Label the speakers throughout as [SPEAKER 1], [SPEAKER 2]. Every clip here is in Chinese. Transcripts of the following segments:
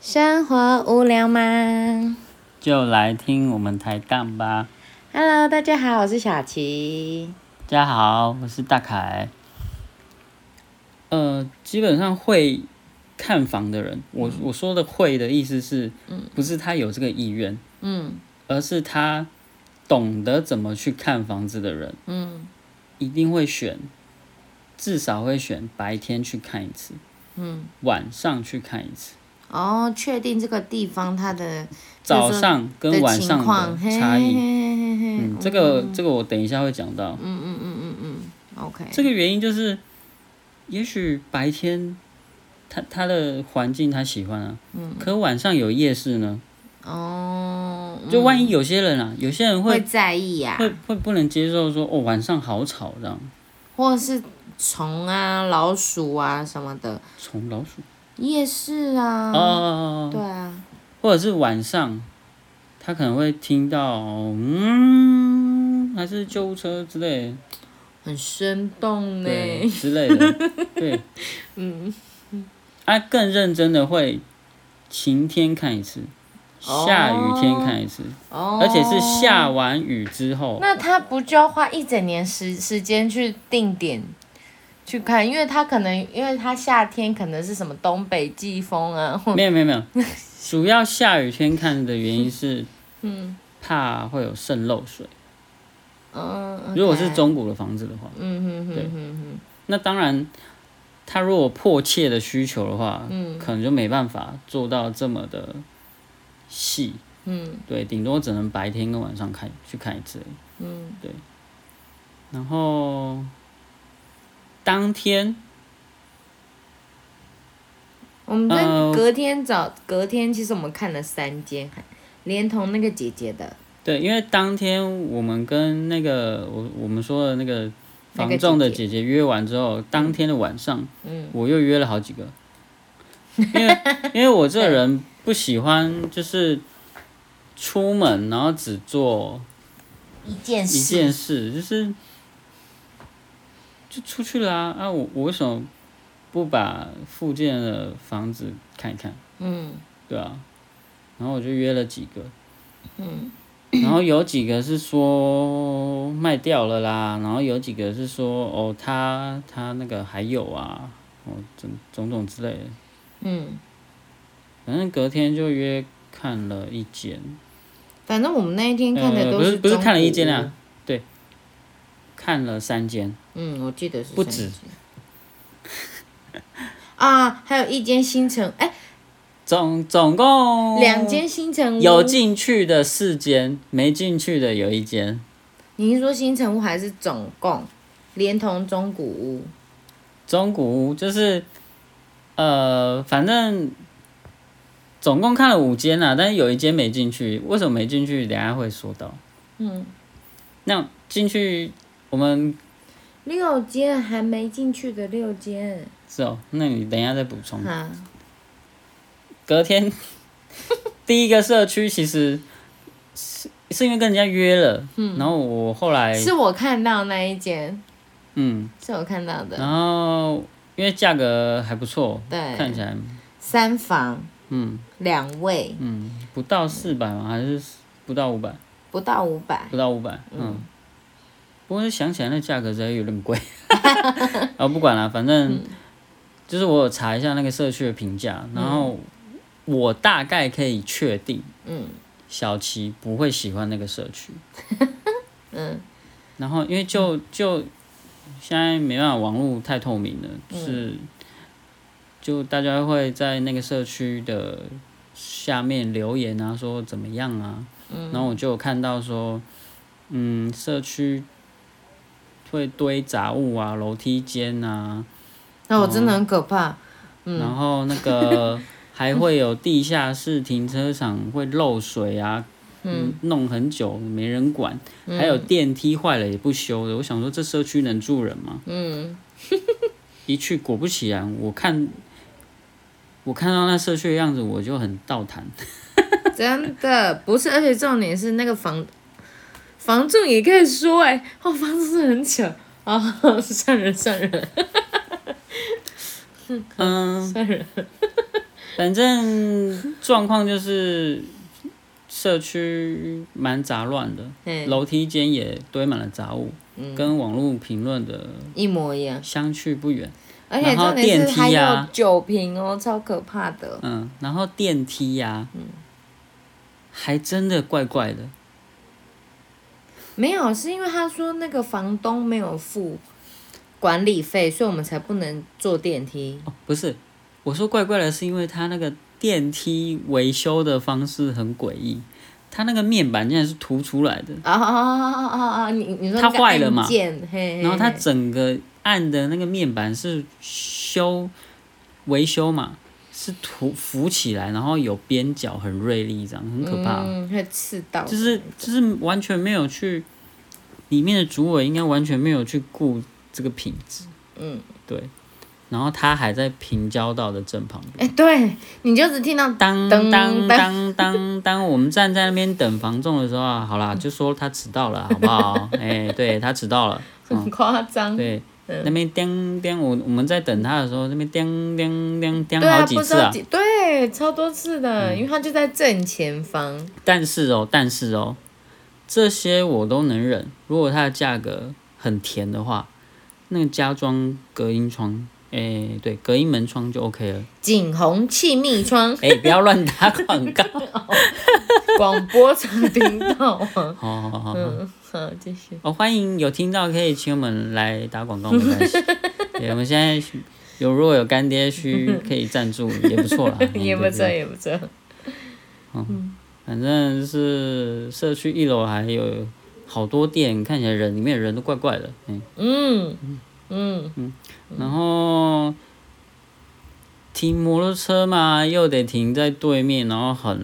[SPEAKER 1] 生活无聊吗
[SPEAKER 2] 就来听我们抬杠吧。
[SPEAKER 1] ？Hello，大家好，我是小琪。
[SPEAKER 2] 大家好，我是大凯。呃，基本上会看房的人，
[SPEAKER 1] 嗯
[SPEAKER 2] 我我说的会的意思是，不是他有这个意愿，
[SPEAKER 1] 嗯
[SPEAKER 2] 而是他懂得怎么去看房子的人，
[SPEAKER 1] 嗯
[SPEAKER 2] 一定会选，至少会选白天去看一次，
[SPEAKER 1] 嗯，
[SPEAKER 2] 晚上去看一次，
[SPEAKER 1] 哦，确定这个地方它的
[SPEAKER 2] 早上跟晚
[SPEAKER 1] 情
[SPEAKER 2] 上
[SPEAKER 1] 况
[SPEAKER 2] 的差
[SPEAKER 1] 嘿嘿
[SPEAKER 2] 异。
[SPEAKER 1] 嘿嘿嘿哦嗯
[SPEAKER 2] 嗯，这个这个我等一下会讲到。
[SPEAKER 1] OK，
[SPEAKER 2] 这个原因就是，也许白天他他的环境他喜欢啊，
[SPEAKER 1] 嗯
[SPEAKER 2] 可晚上有夜市呢，
[SPEAKER 1] 哦，
[SPEAKER 2] 就万一有些人啊，有些人
[SPEAKER 1] 会
[SPEAKER 2] 会
[SPEAKER 1] 在意啊呀、
[SPEAKER 2] 会会不能接受说哦晚上好吵这样，
[SPEAKER 1] 或者是虫啊、老鼠啊什么的，
[SPEAKER 2] 虫老鼠
[SPEAKER 1] 夜市啊，
[SPEAKER 2] 哦，
[SPEAKER 1] 对啊，
[SPEAKER 2] 或者是晚上他可能会听到嗯还是救护车之类的
[SPEAKER 1] 很生动呢。
[SPEAKER 2] 对之类的， 对，嗯，啊更认真的会晴天看一次。下雨天看一次，
[SPEAKER 1] 哦，
[SPEAKER 2] 而且是下完雨之后，
[SPEAKER 1] 那他不就要花一整年时时间去定点去看？因为他可能，因为他夏天可能是什么东北季风啊，或
[SPEAKER 2] 没有没有没 有，主要下雨天看的原因是，嗯，怕会有渗漏水。
[SPEAKER 1] 嗯，
[SPEAKER 2] 如果是
[SPEAKER 1] OK，
[SPEAKER 2] 中古的房子的话，
[SPEAKER 1] 嗯哼哼哼，
[SPEAKER 2] 那当然，他如果迫切的需求的话，嗯，可能就没办法做到这么的细，嗯，对，顶多只能白天跟晚上看去看一次，嗯，对，然后当天
[SPEAKER 1] 我们跟
[SPEAKER 2] 呃
[SPEAKER 1] 隔天早隔天，其实我们看了三间，连同那个姐姐的
[SPEAKER 2] 对，因为当天我们跟那个我我们说的那个房仲的姐姐约完之后，当天的晚上，嗯，我又约了好几个，因为 因为我这个人不喜欢就是出门然后只做
[SPEAKER 1] 一件
[SPEAKER 2] 一
[SPEAKER 1] 事，
[SPEAKER 2] 件事，就是就出去了啊啊！我我为什么不把附近的房子看一看？
[SPEAKER 1] 嗯
[SPEAKER 2] 对啊，然后我就约了几个，嗯，然后有几个是说卖掉了啦，然后有几个是说哦他他那个还有啊，哦种种种之类的，
[SPEAKER 1] 嗯，
[SPEAKER 2] 反正隔天就约看了一间，
[SPEAKER 1] 反正我们那一天看的
[SPEAKER 2] 呃
[SPEAKER 1] 都
[SPEAKER 2] 不是不是
[SPEAKER 1] 中
[SPEAKER 2] 看了一
[SPEAKER 1] 古
[SPEAKER 2] 间
[SPEAKER 1] 屋
[SPEAKER 2] 啊，，对，看了三间，
[SPEAKER 1] 嗯，我记得是
[SPEAKER 2] 不
[SPEAKER 1] 三
[SPEAKER 2] 止
[SPEAKER 1] 间。啊，还有一间新城，哎、
[SPEAKER 2] 总总共
[SPEAKER 1] 两间新城屋
[SPEAKER 2] 有进去的四间，没进去的有一间，
[SPEAKER 1] 你是说新城屋还是总共连同中古屋？
[SPEAKER 2] 中古屋就是，呃，反正总共看了五间啦，但是有一间没进去，为什么没进去？等一下会说到。
[SPEAKER 1] 嗯，
[SPEAKER 2] 那进去我们
[SPEAKER 1] 六间还没进去的六间
[SPEAKER 2] 是哦，那你等一下再补充。
[SPEAKER 1] 啊，
[SPEAKER 2] 隔天 第一个社区其实是是因为跟人家约了，然后我后来
[SPEAKER 1] 嗯是我看到那一间，
[SPEAKER 2] 嗯，
[SPEAKER 1] 是我看到的，
[SPEAKER 2] 然后因为价格还不错，看
[SPEAKER 1] 对，
[SPEAKER 2] 起来
[SPEAKER 1] 三房
[SPEAKER 2] 嗯
[SPEAKER 1] 两卫
[SPEAKER 2] 嗯不到四百吗？还是不到五百？
[SPEAKER 1] 不到五百，
[SPEAKER 2] 不到五百，嗯。不过想起来那价格实在有 点贵，啊、不管了，反
[SPEAKER 1] 嗯
[SPEAKER 2] 正就是我有查一下那个社区的评价，然后我大概可以确定，
[SPEAKER 1] 嗯
[SPEAKER 2] 小齐不会喜欢那个社区。
[SPEAKER 1] 嗯
[SPEAKER 2] 然后因为就就现在没办法，网络太透明了，
[SPEAKER 1] 嗯
[SPEAKER 2] 是就大家会在那个社区的下面留言啊，说怎么样啊，
[SPEAKER 1] 嗯
[SPEAKER 2] 然后我就有看到说，嗯，社区会堆杂物啊，楼梯间啊，
[SPEAKER 1] 那我真的很可怕，
[SPEAKER 2] 然后那个还会有地下室停车场会漏水啊，嗯，弄很久没人管，还有电梯坏了也不修的。我想说这社区能住人吗？
[SPEAKER 1] 嗯，
[SPEAKER 2] 一去果不其然，我看我看到那社区的样子，我就很倒谈。
[SPEAKER 1] 真的不是，而且重点是那个房房仲也可以说哎、哦，房子是很扯啊、哦，算了算了
[SPEAKER 2] 嗯，
[SPEAKER 1] 算了，
[SPEAKER 2] 反正状况就是社区蛮杂乱的，
[SPEAKER 1] 嗯
[SPEAKER 2] 楼梯间也堆满了杂物，
[SPEAKER 1] 嗯，
[SPEAKER 2] 跟网络评论的
[SPEAKER 1] 一模一样。
[SPEAKER 2] 相去不远。
[SPEAKER 1] 而且
[SPEAKER 2] 然后
[SPEAKER 1] 重点
[SPEAKER 2] 电
[SPEAKER 1] 是还
[SPEAKER 2] 梯
[SPEAKER 1] 有
[SPEAKER 2] 啊
[SPEAKER 1] 酒瓶哦，超可怕的。
[SPEAKER 2] 嗯，然后电梯呀、
[SPEAKER 1] 嗯
[SPEAKER 2] 还真的怪怪的。
[SPEAKER 1] 没有，是因为他说那个房东没有付管理费，所以我们才不能坐电梯。
[SPEAKER 2] 哦，不是，我说怪怪的是因为它那个电梯维修的方式很诡异，它那个面板竟然是凸出来的，
[SPEAKER 1] 啊啊啊啊啊啊！你你说
[SPEAKER 2] 它
[SPEAKER 1] 那个
[SPEAKER 2] 坏了嘛
[SPEAKER 1] 按键嘿嘿
[SPEAKER 2] 然后它
[SPEAKER 1] 嘿
[SPEAKER 2] 整个按的那个面板是修维修嘛，是凸浮起来，然后有边角很锐利，这样很可怕。
[SPEAKER 1] 嗯，会刺到。
[SPEAKER 2] 就是就是完全没有去，里面的主委应该完全没有去顾这个品质，
[SPEAKER 1] 嗯，
[SPEAKER 2] 对，然后他还在平交道的正旁边。
[SPEAKER 1] 哎、对，你就只听到
[SPEAKER 2] 当
[SPEAKER 1] 噔
[SPEAKER 2] 当
[SPEAKER 1] 噔
[SPEAKER 2] 当当当，我们站在那边等房仲的时候啊，好啦，就说他迟到了，好不 好？哎、对他迟到了，
[SPEAKER 1] 很夸张。
[SPEAKER 2] 对，
[SPEAKER 1] 嗯
[SPEAKER 2] 那边叮叮，我我们在等他的时候，那边叮叮叮叮
[SPEAKER 1] 对
[SPEAKER 2] 好
[SPEAKER 1] 啊，
[SPEAKER 2] 几
[SPEAKER 1] 不知
[SPEAKER 2] 次
[SPEAKER 1] 道
[SPEAKER 2] 啊。嗯
[SPEAKER 1] 几对超多次的，因为他就在正前方。
[SPEAKER 2] 但是哦，但是哦，这些我都能忍。如果它的价格很甜的话，那个加装隔音窗，诶，对，隔音门窗就 OK 了。
[SPEAKER 1] 景洪气密窗
[SPEAKER 2] 诶，不要乱打 广告。
[SPEAKER 1] 广播常听到啊。
[SPEAKER 2] 好好好好，
[SPEAKER 1] 嗯， 好，继续。
[SPEAKER 2] 哦，欢迎有听到可以请我们来打广告，没 关系。对，我们现在有如果有干爹需可以赞助也 不错啦，诶
[SPEAKER 1] 也不
[SPEAKER 2] 嗯对
[SPEAKER 1] 错，
[SPEAKER 2] 对
[SPEAKER 1] 也不错。
[SPEAKER 2] 反正是社区一楼还有好多店，看起来人里面的人都怪怪的，嗯。
[SPEAKER 1] 嗯嗯，
[SPEAKER 2] 然后停摩托车嘛，又得停在对面，然后很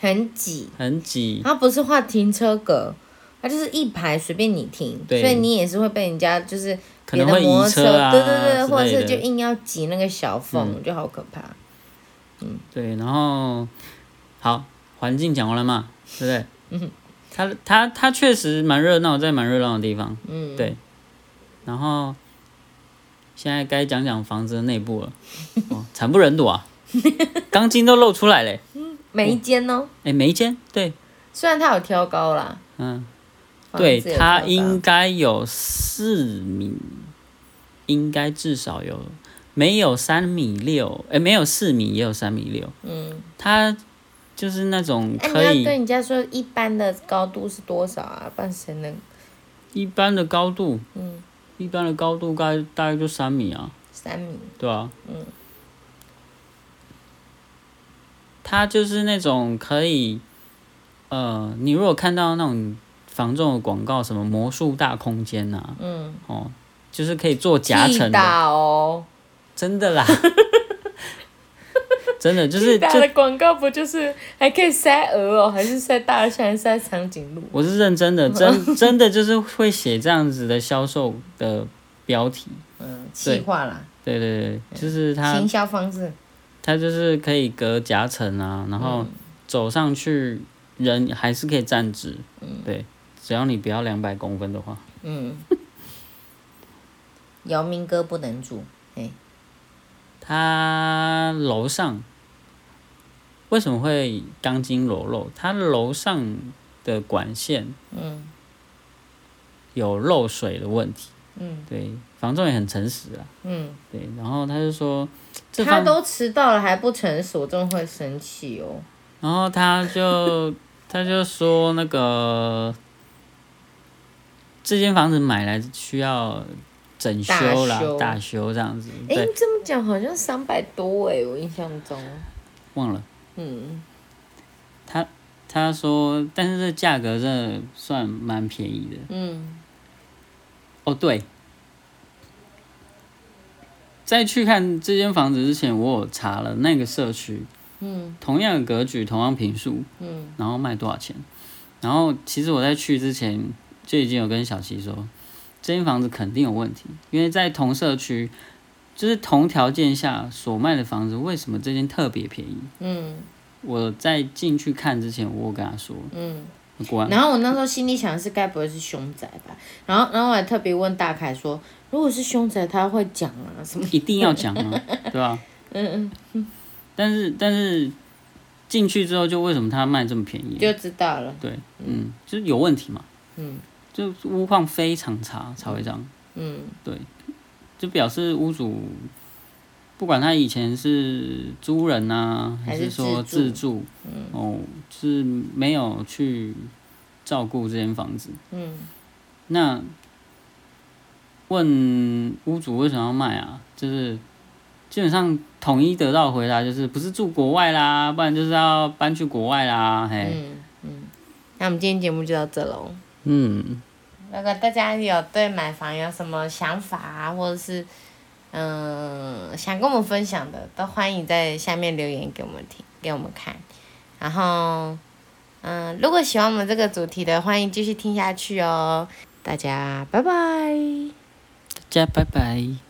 [SPEAKER 1] 很挤。
[SPEAKER 2] 很挤。
[SPEAKER 1] 它不是画停车格，它就是一排随便你停，所
[SPEAKER 2] 对
[SPEAKER 1] 以你也是会被人家就是
[SPEAKER 2] 可
[SPEAKER 1] 别的
[SPEAKER 2] 能会
[SPEAKER 1] 摩托
[SPEAKER 2] 移车啊
[SPEAKER 1] 对对对，或者
[SPEAKER 2] 之类
[SPEAKER 1] 是
[SPEAKER 2] 的嗯
[SPEAKER 1] 就硬要挤那个小缝，我觉得好可怕。
[SPEAKER 2] 对，然后好，环境讲完了嘛，对不对？嗯，它它它确实蛮热闹，在蛮热闹的地方。
[SPEAKER 1] 嗯，
[SPEAKER 2] 对然后现在该讲讲房子的内部了，哦，惨不忍 睹啊，钢筋都露出来嘞。
[SPEAKER 1] 每一间哦，
[SPEAKER 2] 哎，每一间对，
[SPEAKER 1] 虽然它有挑高啦，
[SPEAKER 2] 嗯，
[SPEAKER 1] 房
[SPEAKER 2] 对，
[SPEAKER 1] 子有
[SPEAKER 2] 它
[SPEAKER 1] 挑高
[SPEAKER 2] 应该有四米，应该至少有，没有三米六，哎，没有四米也有三米六。
[SPEAKER 1] 嗯，
[SPEAKER 2] 它就是那种
[SPEAKER 1] 哎，
[SPEAKER 2] 可
[SPEAKER 1] 你要
[SPEAKER 2] 以
[SPEAKER 1] 对人家说一般的高度是多少啊？半身能
[SPEAKER 2] 一般的高度，
[SPEAKER 1] 嗯，
[SPEAKER 2] 一般的高度大概大概就三米啊，
[SPEAKER 1] 三米，
[SPEAKER 2] 对啊，嗯，它就是那种可以，呃，你如果看到那种防重的广告，什么魔术大空间呐、
[SPEAKER 1] 嗯，
[SPEAKER 2] 哦，就是可以做夹层
[SPEAKER 1] 巨
[SPEAKER 2] 的。
[SPEAKER 1] 大哦，
[SPEAKER 2] 真的啦， 真的就是
[SPEAKER 1] 巨大
[SPEAKER 2] 就
[SPEAKER 1] 的广告不就是还可以塞鹅哦，还是塞大象，还是塞长颈鹿？
[SPEAKER 2] 我是认真的，真真的就是会写这样子的销售的标题，
[SPEAKER 1] 嗯，气化啦，
[SPEAKER 2] 对对对，就是它
[SPEAKER 1] 行销方式，
[SPEAKER 2] 它就是可以隔夹层啊，然后走上去人还是可以站直，对，只要你不要两百公分的话，
[SPEAKER 1] 嗯，姚明哥不能住，哎，
[SPEAKER 2] 它楼上为什么会钢筋裸露？它楼上的管线
[SPEAKER 1] 嗯
[SPEAKER 2] 有漏水的问题。
[SPEAKER 1] 嗯
[SPEAKER 2] 对，房仲也很诚实啊。
[SPEAKER 1] 嗯，
[SPEAKER 2] 对，然后他就说，这
[SPEAKER 1] 他
[SPEAKER 2] 方，
[SPEAKER 1] 都迟到了还不诚实，我真的会生气哦。
[SPEAKER 2] 然后他就他就说那个这间房子买来需要整修
[SPEAKER 1] 大、
[SPEAKER 2] 啦
[SPEAKER 1] 修
[SPEAKER 2] 大修这样子。
[SPEAKER 1] 哎，
[SPEAKER 2] 对
[SPEAKER 1] 你，这么讲好像三百多哎，我印象中，
[SPEAKER 2] 忘了
[SPEAKER 1] 嗯
[SPEAKER 2] 他说，但是这价格真的算蛮便宜的。
[SPEAKER 1] 嗯，
[SPEAKER 2] 哦，对。在去看这间房子之前，我有查了那个社区，
[SPEAKER 1] 嗯，
[SPEAKER 2] 同样的格局，同样平数，
[SPEAKER 1] 嗯，
[SPEAKER 2] 然后卖多少钱？然后其实我在去之前就已经有跟小齐说，这间房子肯定有问题，因为在同社区，就是同条件下所卖的房子，为什么这间特别便宜？
[SPEAKER 1] 嗯
[SPEAKER 2] 我在进去看之前，我有跟 他说，
[SPEAKER 1] 嗯，
[SPEAKER 2] 果然
[SPEAKER 1] 然后我那时候心里想的是，该不会是凶宅吧？然后，然后我还特别问大凯说，如果是凶宅，他会讲啊什么？
[SPEAKER 2] 一定要讲啊，对吧、嗯嗯。但是但是进去之后，就为什么它卖这么便宜？
[SPEAKER 1] 就知道了。
[SPEAKER 2] 对，嗯，就是有问题嘛，
[SPEAKER 1] 嗯
[SPEAKER 2] 就屋况非常差，才会这样，
[SPEAKER 1] 嗯
[SPEAKER 2] 就表示屋主不管他以前是租人呐、
[SPEAKER 1] 还
[SPEAKER 2] 还
[SPEAKER 1] 是
[SPEAKER 2] 是说
[SPEAKER 1] 自
[SPEAKER 2] 自住，哦，是没有去照顾这间房子。
[SPEAKER 1] 嗯，
[SPEAKER 2] 那问屋主为什么要卖啊？就是基本上统一得到的回答就是不是住国外啦，不然就是要搬去国外啦。嘿，
[SPEAKER 1] 那我们今天节目就到这喽。
[SPEAKER 2] 嗯，
[SPEAKER 1] 如果大家有对买房有什么想法啊，或者是嗯、想跟我们分享的，都欢迎在下面留言给我们听，给我们看。然后嗯、如果喜欢我们这个主题的，欢迎继续听下去哦。大家拜拜。
[SPEAKER 2] 大家拜拜。